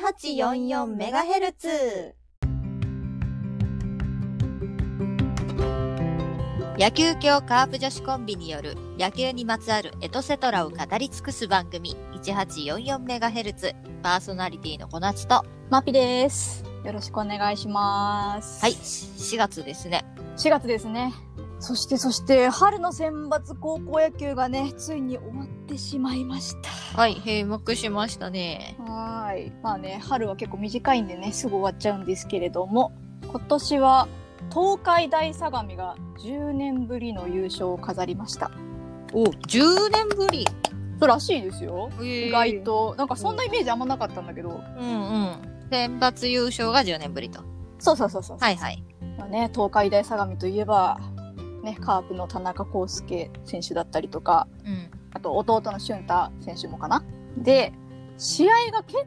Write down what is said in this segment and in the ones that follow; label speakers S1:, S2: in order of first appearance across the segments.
S1: 1844メガヘルツ。
S2: 野球協カープ女子コンビによる野球にまつわるエトセトラを語り尽くす番組 1844MHz パーソナリティのこなつとは
S3: マピです。よろしくお願いします。
S2: い。4月ですね
S3: 4月ですね。そしてそして春の選抜高校野球がねついに終わってしまいました。
S2: はい閉幕しましたね
S3: はーい。まあね春は結構短いんでねすぐ終わっちゃうんですけれども今年は東海大相模が10年ぶりの優勝を飾りました。
S2: お10年ぶり
S3: そうらしいですよ。意
S2: 意
S3: 外となんかそんなイメージあんまなかったんだけど。
S2: うんうん選抜優勝が10年ぶりと
S3: そうそうそうそう。
S2: はいはい
S3: まあね、東海大相模といえば、ね、カープの田中康介選手だったりとか
S2: うん
S3: あと弟の俊太選手もかな。で試合が結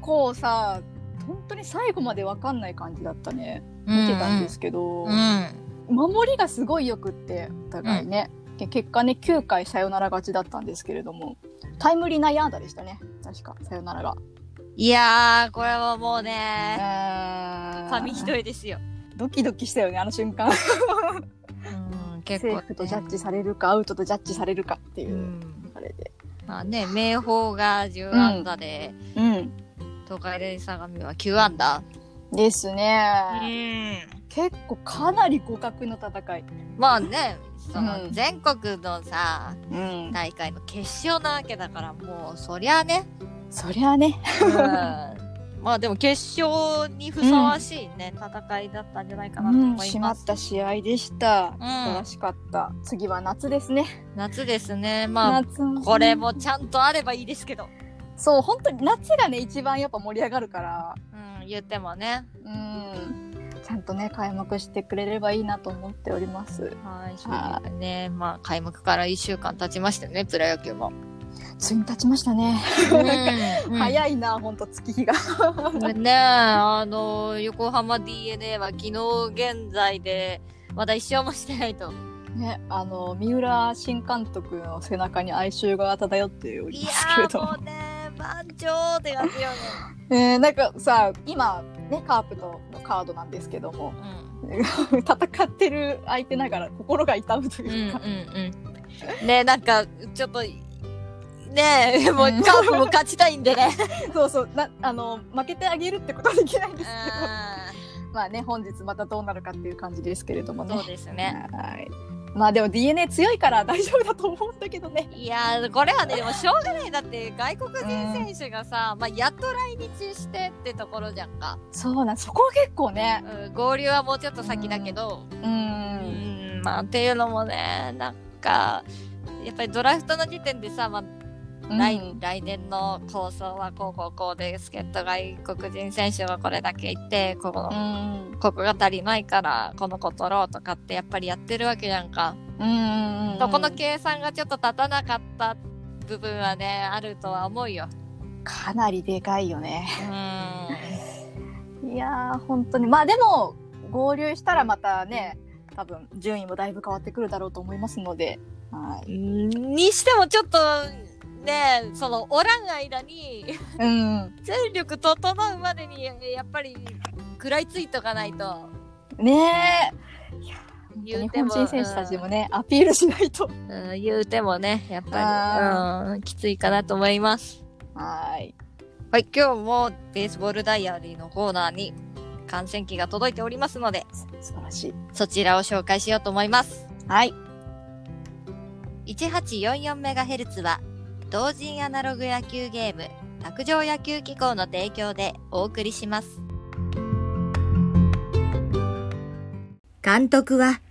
S3: 構さ本当に最後まで分かんない感じだったね見てたんですけど、
S2: うん
S3: 守りがすごいよくってお互いね、で結果ね9回サヨナラ勝ちだったんですけれどもタイムリー内野安打でしたね確かサヨナラが。
S2: いやーこれはもうね
S3: えー
S2: 紙一重ですよ
S3: ドキドキしたよねあの瞬間。
S2: うん結
S3: セ
S2: 構
S3: ーフとジャッジされるかアウトとジャッジされるかっていううんあれで。
S2: まあね明豊が10安打で、
S3: うん。
S2: 東海大相模は9アンダ
S3: ですね。
S2: ー。
S3: 結構かなり互角の戦い。
S2: まあね、その
S3: うん
S2: 全国のさ、
S3: うん。
S2: 大会の決勝なわけだから、もうそりゃね、
S3: そりゃね。
S2: うん、 まあでも決勝にふさわしいね、戦いだったんじゃないかなと
S3: うん、
S2: 思い
S3: 締ま
S2: ま
S3: っ
S2: す。
S3: た試合でした。
S2: ん
S3: 素晴らしかった。次は夏ですね。
S2: 夏ですね、まあ、
S3: 夏も
S2: これ。もちゃんとあればいいですけど、
S3: そう、本当に夏がね、一番やっぱ盛り上がるから。
S2: うん、言ってもね、
S3: うん。ちゃんとね、開幕してくれればいいなと思っております。
S2: はい、そう
S3: は
S2: ですね、まあ開幕から1週間経ちましたよね、プロ野球も。
S3: ついに立ちましたね。
S2: 早
S3: 早いな、本当月日が。
S2: ねえ、あの、横浜 DNA は昨日現在で、まだ一勝もしてないと。
S3: ね、あの、三浦新監督の背中に哀愁が漂っており
S2: い
S3: ますけ
S2: や
S3: れ
S2: ー
S3: ども
S2: も。うね、番長って感じよね。
S3: えー、なんかさ今ねカープとのカードなんですけども
S2: う
S3: 戦ってる相手ながら心が痛むと
S2: ん、うん、う
S3: い
S2: ん
S3: うか、、
S2: うん。ねえ、なんか、ちょっと、ねえ、もうカープも勝ちたいんでね。
S3: そうそうなあの負けてあげるってことはできないんですけ
S2: う
S3: どまあね本日またどうなるかっていう感じですけれども
S2: ん
S3: ね
S2: そうですね。
S3: はいまあでも d n a 強いから大丈夫だと思うんだけどね
S2: いやーこれはねでもしょうがないだって外国人選手がさ、まあ、やっと来日してってところじゃんか、
S3: そうなんそこは結構ね
S2: うん、合流はもうちょっと先だけど、
S3: うん
S2: うんまあっていうのもねなんかやっぱりドラフトの時点でさ、まあ来
S3: うん
S2: 来年の構想はこうこうこうで助っ人外国人選手はこれだけいてここ,、
S3: うん
S2: ここが足りないからこの子取ろうとかってやっぱりやってるわけじゃんか、
S3: うん
S2: そこの計算がちょっと立たなかった部分はねあるとは思うよ。
S3: かなりでかいよね
S2: うん
S3: いやー本当にまあでも合流したらまたね多分順位もだいぶ変わってくるだろうと思いますので、はい、
S2: にしてもちょっとねそのおらん間に
S3: うん
S2: 全力整うまでにやっぱり食らいついとかないと
S3: ねえ
S2: 言
S3: 日
S2: うて
S3: 本
S2: も
S3: 人選手たちもねアピールしないと
S2: うんうん言うてもねやっぱ
S3: あ
S2: り、うん、きついかなと思います
S3: はい
S2: はい今日もベースボールダイアリーのコーナーに感染機が届いておりますのです
S3: 素晴らしい
S2: そちらを紹介しようと思います
S3: はい
S2: 1844メガヘルツは同人アナログ野球ゲーム卓上野球機構の提供でお送りします
S1: 監督は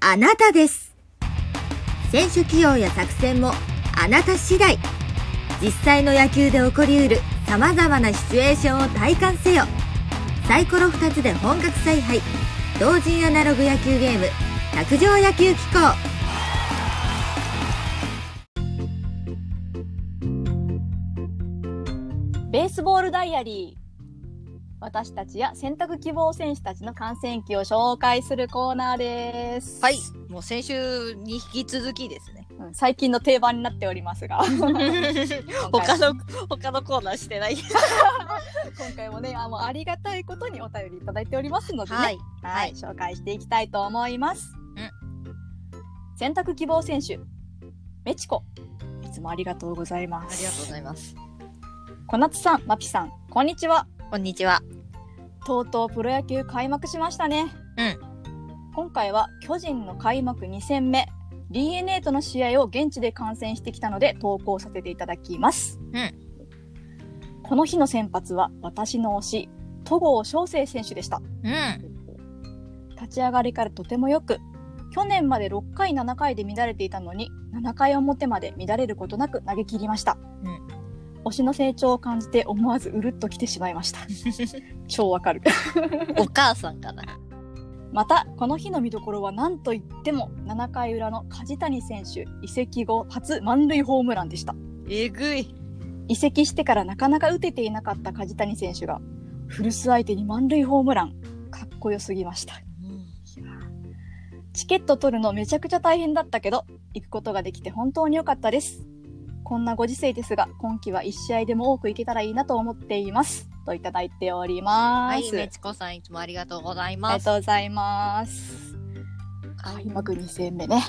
S1: あなたです。選手起用や作戦もあなた次第。実際の野球で起こりうる様々なシチュエーションを体感せよ。サイコロ2つで本格采配。同人アナログ野球ゲーム、卓上野球機構。
S3: ベースボールダイアリー私たちや選択希望選手たちの観戦記を紹介するコーナーです
S2: はい、もう先週に引き続きです ね
S3: うん最近の定番に なっておりますが今回
S2: 他の他のコーナーしてない
S3: 今もねあもうありがたいことにお便りいただいておりますのでね、
S2: はい。
S3: はいい、紹介していきたいと思います。選択希望選手、メチコ。いつもありがとうございま
S2: あ
S3: す。
S2: りがとうございます。
S3: 小夏さん、まぴさん、こんにちは。
S2: こんにちは。
S3: とうとうプロ野球開幕しましたね。
S2: うん。
S3: 今回は巨人の開幕2戦目、DNA との試合を現地で観戦してきたので投稿させていただきます。
S2: うん。
S3: この日の先発は私の推し、戸郷翔征選手でした。
S2: うん。
S3: 立ち上がりからとてもよく去年まで6回7回で乱れていたのに7回表まで乱れることなく投げ切りました、
S2: うん
S3: 推しの成長を感じて思わずうるっときてしまいました 超わかる
S2: お母さんかな。
S3: またこの日の見どころは何といっても7回裏の梶谷選手移籍後初満塁ホームランでした
S2: えぐい。
S3: 移籍してからなかなか打てていなかった梶谷選手が古巣相手に満塁ホームランかっこよすぎましたチケット取るのめちゃくちゃ大変だったけど、行くことができて本当に良かったです。こんなご時世ですが、今季は1試合でも多く行けたらいいなと思っています。といただいておりま
S2: はい、
S3: す。
S2: めちこさんいつもありがとうござい
S3: あり
S2: ま
S3: が
S2: す。
S3: とうございます。開幕2戦目ね。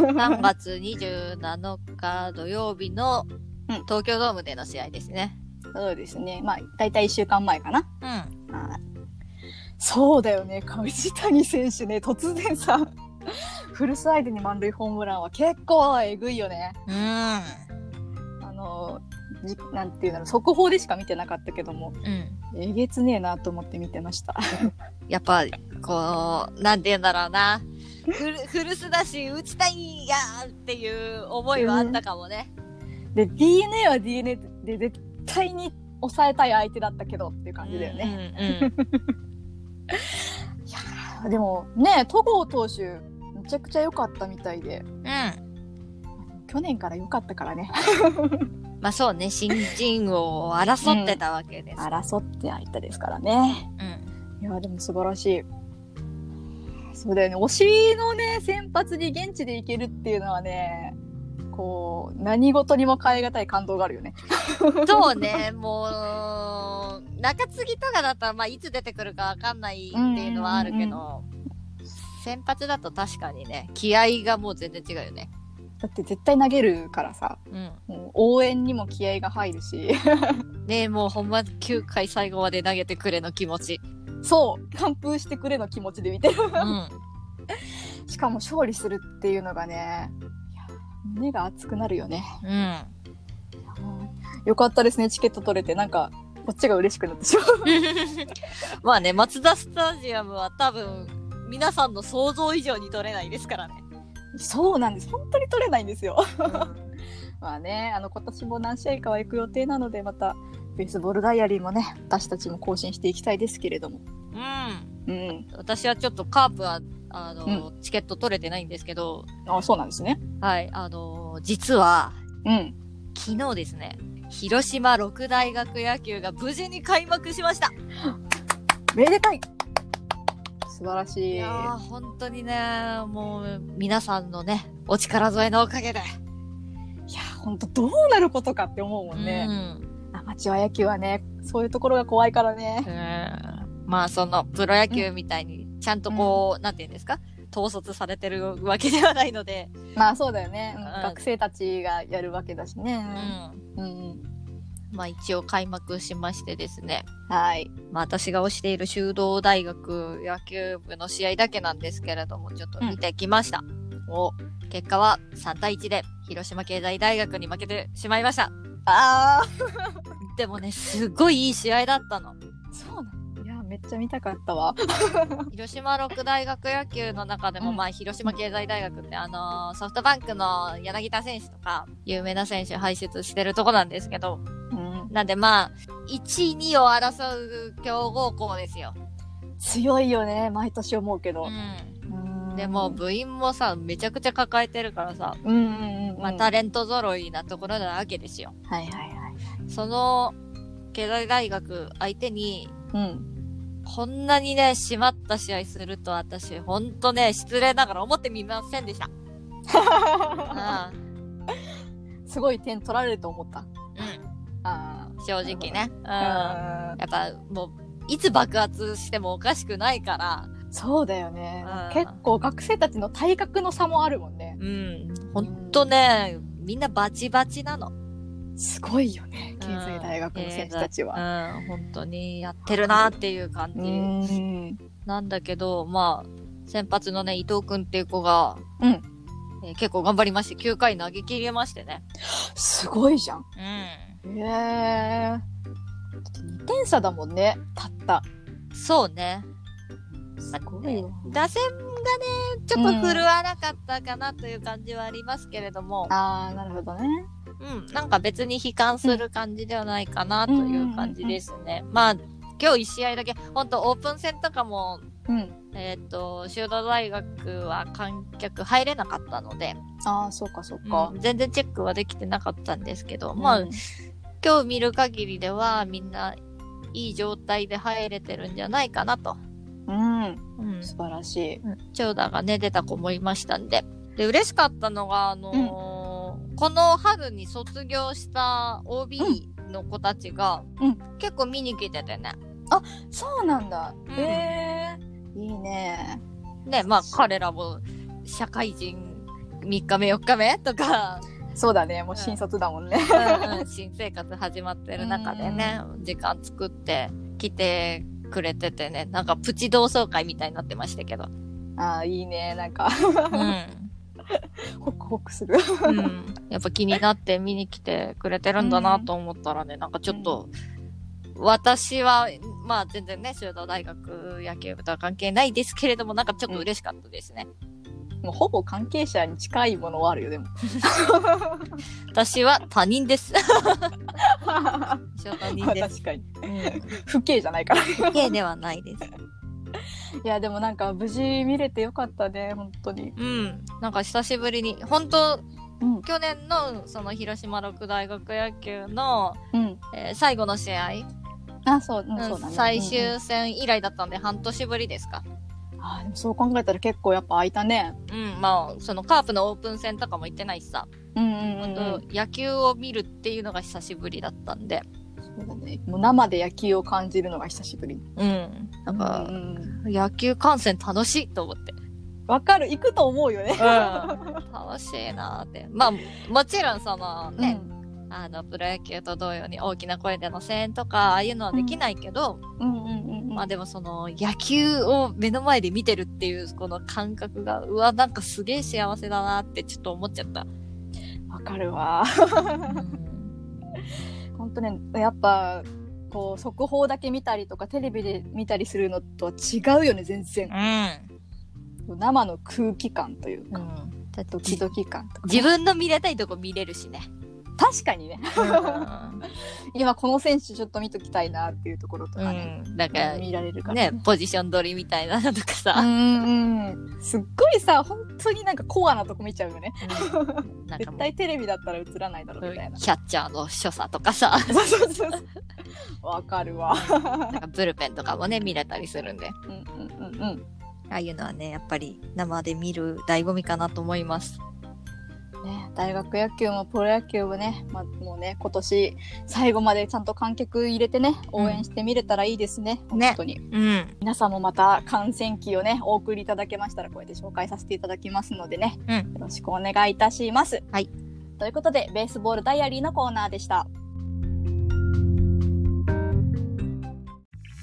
S2: 3月27日土曜日の
S3: うん
S2: 東京ドームでの試合ですね。
S3: そうですね。まあ、だいたい1週間前かな。
S2: うん。
S3: はいそうだよね。梶谷選手ね、突然さ、フルス相手に満塁ホームランは結構えぐいよね。
S2: うん。
S3: あの、じなんていうんだろう、速報でしか見てなかったけども、
S2: うん。
S3: えげつねえなと思って見てました。
S2: やっぱ、こう、なんて言うんだろうな。フルフルスだし、打ちたいやーっていう思いはあったかもね。
S3: で DNA は DNA で絶対に抑えたい相手だったけどっていう感じだよね。
S2: ね。うん
S3: でもね戸郷投手めちゃくちゃ良かったみたいで
S2: うん。
S3: 去年から良かったからね
S2: うんまあそうね、新人王を争ってたわけです。
S3: 争って相手ですからね。
S2: うん。
S3: いやでも素晴らしい。そうだよね推しのね先発に現地で行けるっていうのはねこう何事にも変え難い感動があるよね。
S2: そうね、もう、中継ぎとかだったら、まあいつ出てくるかわかんないっていうのはあるけど、先発だと確かにね、気合がもう全然違うよね。
S3: だって絶対投げるからさ
S2: うん。
S3: もう応援にも気合が入るし。
S2: ねもうほんま9回最後まで投げてくれの気持ち。
S3: そう完封してくれの気持ちで見てる
S2: うん。
S3: しかも勝利するっていうのがねいや胸が熱くなるよね
S2: うん。
S3: よかったですねチケット取れてなんかこっちが嬉しくなってしまう
S2: まあね、マツダスタジアムは多分、皆さんの想像以上に取れないですからね。
S3: そうなんです本当に取れないんですよ まあねあの今年も何試合かは行く予定なのでまたベースボールダイアリーもね私たちも更新していきたいですけれども
S2: うん。
S3: うん
S2: 私はちょっとカープは、あの、
S3: う
S2: チケット取れてないんですけど、
S3: あそうなんですね
S2: はい、あの、実は、
S3: うん
S2: 昨日ですね、広島六大学野球が無事に開幕しました。
S3: めでたい素晴らし
S2: い
S3: い
S2: やー、本当にね、もう、皆さんのね、お力添えのおかげで。
S3: いや本当どうなることかって思うもんね、
S2: うん。
S3: アマチュア野球はね、そういうところが怖いから
S2: う
S3: ね。
S2: ーんまあそのプロ野球みたいにちゃんとこう、なんて言うんですか統率されてるわけではないので、
S3: まあそうだよね。うん
S2: うん
S3: 学生たちがやるわけだしね
S2: う。
S3: うん。
S2: まあ一応開幕しましてですね、
S3: はい。
S2: まあ、私が推している修道大学野球部の試合だけなんですけれどもちょっと見てきました、
S3: お、
S2: 結果は3対1で広島経済大学に負けてしまいました
S3: ああ。
S2: でもねすごいいい試合だったの
S3: そうなの。いやめっちゃ見たかったわ。
S2: 広島六大学野球の中でも、
S3: うん
S2: まあ広島経済大学ってあのーソフトバンクの柳田選手とか有名な選手輩出してるとこなんですけど
S3: うん。
S2: なんでまあ1位2位を争う強豪校ですよ、
S3: 強いよね。毎年思うけど。
S2: う
S3: うん
S2: ん、でもう部員もさめちゃくちゃ抱えてるからさ、
S3: うんうんうん。
S2: まあ、タレント揃いなところなわけですよ
S3: はいはいはい。
S2: その経済大学相手に
S3: うん。
S2: こんなにね、締まった試合すると私、ほんとね、失礼ながら思ってみませんでした。うん
S3: すごい点取られると思った。
S2: う
S3: あ
S2: 正直ね。うん。
S3: あ。
S2: や
S3: あ
S2: っぱもう、いつ爆発してもおかしくないから、
S3: そうだよね
S2: うん。
S3: 結構学生たちの体格の差もあるもんね。
S2: うん。ほんとね、みんなバチバチなの。うん。
S3: すごいよね。経済大学の選手たちは。
S2: 本当にやってるなっていう感
S3: う
S2: じ
S3: ん。
S2: なんだけど、まあ、先発のね、伊藤くんっていう子が、
S3: うん
S2: えー結構頑張りまして、9回投げ切りましてね。
S3: すごいじゃん。
S2: う
S3: ええだって2点差だもんね。たった。
S2: ん。そうね。
S3: すごいよ。
S2: 打線がね、ちょっと振るわなかったかなという感じはありますけれども、
S3: ああ、なるほどね。
S2: うん、なんか別に悲観する感じではないかなという感じですね。まあ、今日1試合だけ、本当オープン戦とかも、
S3: うん。
S2: えっ、と、修道大学は観客入れなかったので、
S3: ああ、そうかそうか。
S2: うん全然チェックはできてなかったんですけど、まあ、
S3: うん
S2: 今日見る限りでは、みんないい状態で入れてるんじゃないかなと。
S3: うん、
S2: うん
S3: 素晴らしい。
S2: 長打がね、出た子もいましたんで。で、嬉しかったのが、あのーこの春に卒業した OB の子たちが、
S3: うん
S2: 結構見に来ててね。
S3: そうなんだ。
S2: うん
S3: へえいいね。
S2: で、まあ、彼らも、社会人3日目、4日目とか、
S3: そうだね、もう新卒だもんね。
S2: うんうん新生活始まってる中でね、時間作って来てくれててね、なんかプチ同窓会みたいになってましたけど。
S3: ああ、いいね、なんか、
S2: うん
S3: ホクホクする。
S2: うん、やっぱ気になって見に来てくれてるんだなと思ったらね、なんかちょっと、私は、まあ全然ね、修道大学野球部とは関係ないですけれども、なんかちょっと嬉しかったですね。
S3: もうほぼ関係者に近いものはある よ、でも。
S2: 私は他人です。私は他人です。
S3: 確かに。
S2: うん、
S3: 不敬じゃないから。い
S2: 家ではないです。
S3: や、でもなんか無事見れてよかったね、本当に。
S2: うん。なんか久しぶりに、本当
S3: うん。
S2: 去年のその広島六大学野球の、
S3: うん。
S2: えー最後の試合、
S3: あ、そう、うん、
S2: うん
S3: そうだね。
S2: 最
S3: うんうん
S2: 終戦以来だったんで半年ぶりですか。
S3: あーでもそう考えたら結構やっぱ空いたね。
S2: うん、まあ、そのカープのオープン戦とかも行ってないしさ、
S3: うんうんうん、う
S2: 本
S3: ん。
S2: 当野球を見るっていうのが久しぶりだったんで、
S3: そうだね。もう生で野球を感じるのが久しぶり。
S2: うん、なん
S3: う
S2: か、
S3: ん
S2: 野球観戦楽しいと思って。
S3: わかる、行くと思うよね。
S2: 楽しいなーって。まあ、もちろんそのね、あの、プロ野球と同様に大きな声での声援とか、ああいうのはできないけど、
S3: うんうんうんうん
S2: まあでもその、野球を目の前で見てるっていう、この感覚が、うわ、なんかすげえ幸せだなってちょっと思っちゃった。
S3: わかるわ。
S2: うん
S3: 本当ね、やっぱこう速報だけ見たりとかテレビで見たりするのとは違うよね、全然。生の空気感という
S2: う
S3: か、
S2: ん。だって
S3: ドキドキ感とか。
S2: 自分の見れたいとこ見れるしね。
S3: 確かにね、
S2: う
S3: 今この選手ちょっと見ときたいなっていうところとかね、
S2: ん。だから、
S3: 見られるか
S2: ね、
S3: ら
S2: ポジション取りみたいなのとか
S3: う
S2: さ。
S3: んうん、すっごいさ本当になんかコアなとこ見ちゃうよね
S2: なんか
S3: 絶
S2: もう
S3: 対テレビだったら映らないだろうみたいな
S2: キャッチャーの所作とかさ、
S3: そうそうそうわかるわ
S2: なんかブルペンとかもね、見れたりするんで。
S3: うんうんうんうん
S2: ああいうのはね、やっぱり生で見る醍醐味かなと思います。
S3: ね、大学野球もプロ野球もね、まあ、もうね今年最後までちゃんと観客入れてね応援してみれたらいいですね、
S2: うん
S3: 本当に、
S2: うん。
S3: 皆さんもまた観戦記をねお送りいただけましたらこれで紹介させていただきますのでね、
S2: うん
S3: よろしくお願いいたします。
S2: はい、
S3: ということでベースボールダイアリーのコーナーでした。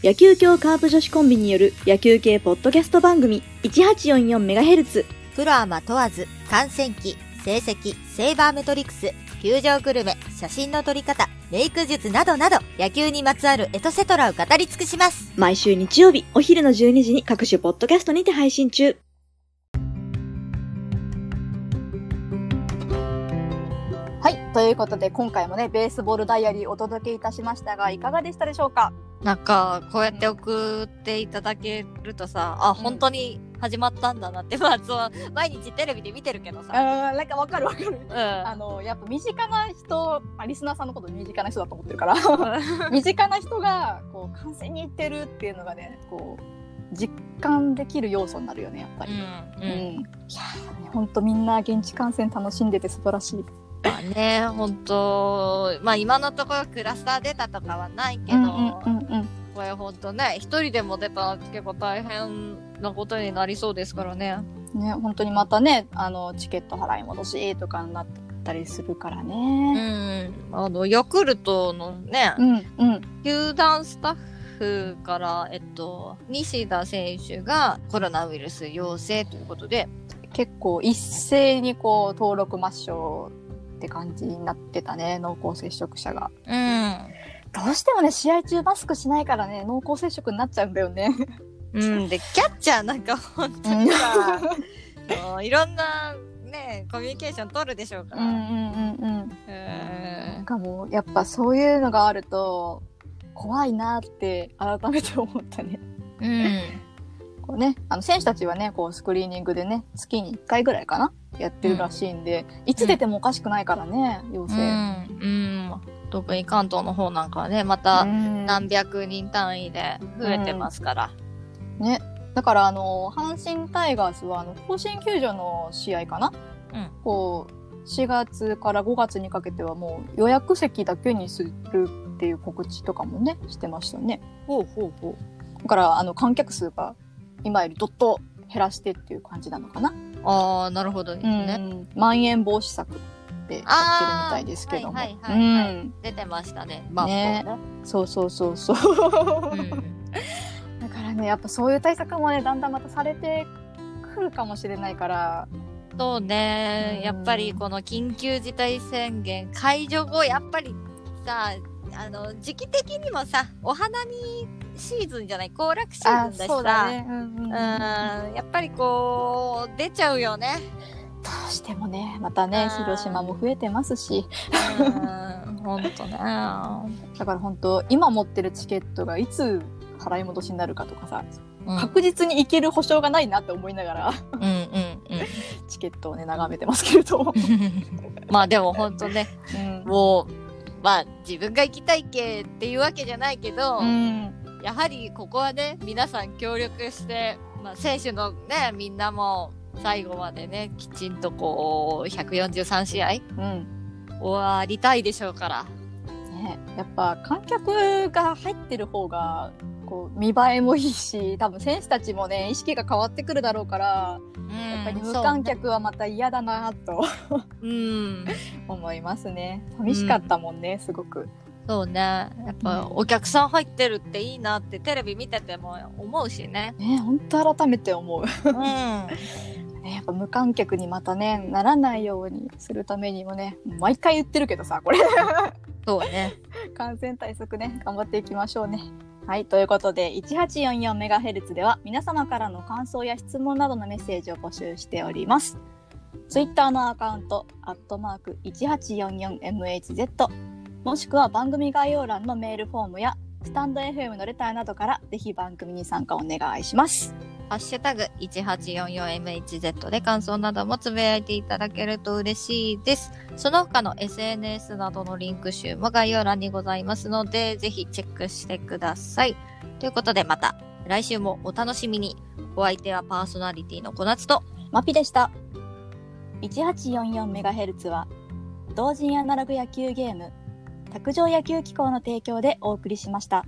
S4: 野球協カープ女子コンビによる野球系ポッドキャスト番組 1844MHz
S1: プロアマ問わず、観戦記、成績、セイバーメトリクス、球場グルメ、写真の撮り方、メイク術などなど、野球にまつわるエトセトラを語り尽くします。
S4: 毎週日曜日お昼の12時に各種ポッドキャストにて配信中
S3: はい、ということで今回もねベースボールダイアリーお届けいたしましたがいかがでしたでしょうか
S2: なんか、こうやって送っていただけるとさ、あ、本当に始まったんだなって、まあ、そう、毎日テレビで見てるけど
S3: う
S2: さ。
S3: なんかわかるわかる。
S2: う
S3: あ
S2: ん。
S3: のやっぱ身近な人あリスナーさんのこと身近な人だと思ってるから 身近な人がこう観戦に行ってるっていうのがねこう実感できる要素になるよねやっぱり。
S2: う
S3: うん
S2: ん。
S3: いや本当みんな現地観戦楽しんでて素晴らしい。
S2: まあね、本当まあ今のところクラスター出たとかはないけど、
S3: うんうんうんうん
S2: これ本当ね、一人でも出たら結構大変なことになりそうですからね。
S3: ね、本当にまたねあのチケット払い戻しとかになったりするから
S2: う
S3: ね。
S2: ん。あの、ヤクルトのね、
S3: うんうん
S2: 球団スタッフから、えっと、西田選手がコロナウイルス陽性ということで、
S3: 結構一斉にこう登録抹消って感じになってたね濃厚接触者が。
S2: うん。
S3: どうしてもね試合中マスクしないからね濃厚接触になっちゃうんだよね。
S2: うん、で、キャッチャーなんか本当にさ、あのいろんなね、コミュニケーション取るでしょうか
S3: う
S2: ら。
S3: んうんうんうん。
S2: う
S3: なん
S2: ん
S3: かもうやっぱそういうのがあると怖いなって改めて思ったね。
S2: うん。
S3: こうね、あの選手たちはねこうスクリーニングでね月に1回ぐらいかなやってるらしいんで、いつ出てもおかしくないからね陽
S2: う
S3: 性。
S2: ん。うん。特に関東の方なんかはね、また何百人単位で増えてますから。
S3: だからあの阪神タイガースはあの甲子園球場の試合かな、
S2: うん
S3: こう4月から5月にかけてはもう予約席だけにするっていう告知とかもねしてましたね
S2: ほうほうほ
S3: だからあの観客数が今よりどっと減らしてっていう感じなのかな、
S2: う。ああ、なるほどですね。
S3: うんまん延防止策ってやってるみたいですけども
S2: あーはいはいはいはい
S3: うん
S2: 出てましたね。まあ、
S3: ね
S2: そうね
S3: そうそうそうそう、
S2: うん
S3: だからねやっぱそういう対策もねだんだんまたされてくるかもしれないから
S2: そうね
S3: う。ん
S2: やっぱりこの緊急事態宣言解除後、やっぱりさ、あの、時期的にもさ、お花見シーズンじゃない、行楽シーズンだしさ、
S3: ね、うんうん
S2: う
S3: うん
S2: ん、やっぱりこう、出ちゃうよね。
S3: どうしてもねまたね
S2: うん
S3: 広島も増えてますし
S2: うん、ほんとね。
S3: だから本当今持ってるチケットがいつ払い戻しになるかとかさ、
S2: うん、
S3: 確実に行ける保証がないなって思いながら
S2: うん、うん、う
S3: チケットをね眺めてますけれど、
S2: ん。まあでもほんとね、
S3: うん
S2: もう、まあ自分が行きたいけっていうわけじゃないけど、
S3: うん
S2: やはりここはね、皆さん協力して、まあ、選手のね、みんなも最後までね、きちんとこう、143試合
S3: うん
S2: 終わりたいでしょうから。
S3: ね、やっぱ観客が入ってる方がこう見栄えもいいし多分選手たちもね意識が変わってくるだろうから、やっぱり無観客はまた嫌だなと
S2: そうね。うん。
S3: 思いますね寂しかったもんね、すごく。
S2: そうね。やっぱお客さん入ってるっていいなってテレビ見てても思うしね。
S3: ね本当改めて思う。
S2: うん。
S3: ね、やっぱ無観客にまたねならないようにするためにもね毎回言ってるけどさこれ
S2: そうね。
S3: 感染対策ね頑張っていきましょうね。はいということで 1844MHz では皆様からの感想や質問などのメッセージを募集しております。Twitter のアカウント「1844MHz」もしくは番組概要欄のメールフォームやスタンド FM のレターなどからぜひ番組に参加お願いします。
S2: ハッシュタグ 1844MHz で感想などもつぶやいていただけると嬉しいです。その他の SNS などのリンク集も概要欄にございますので、ぜひチェックしてください。ということでまた来週もお楽しみに。お相手はパーソナリティの小夏と、
S3: マピでした。1844MHz は、同人アナログ野球ゲーム、卓上野球機構の提供でお送りしました。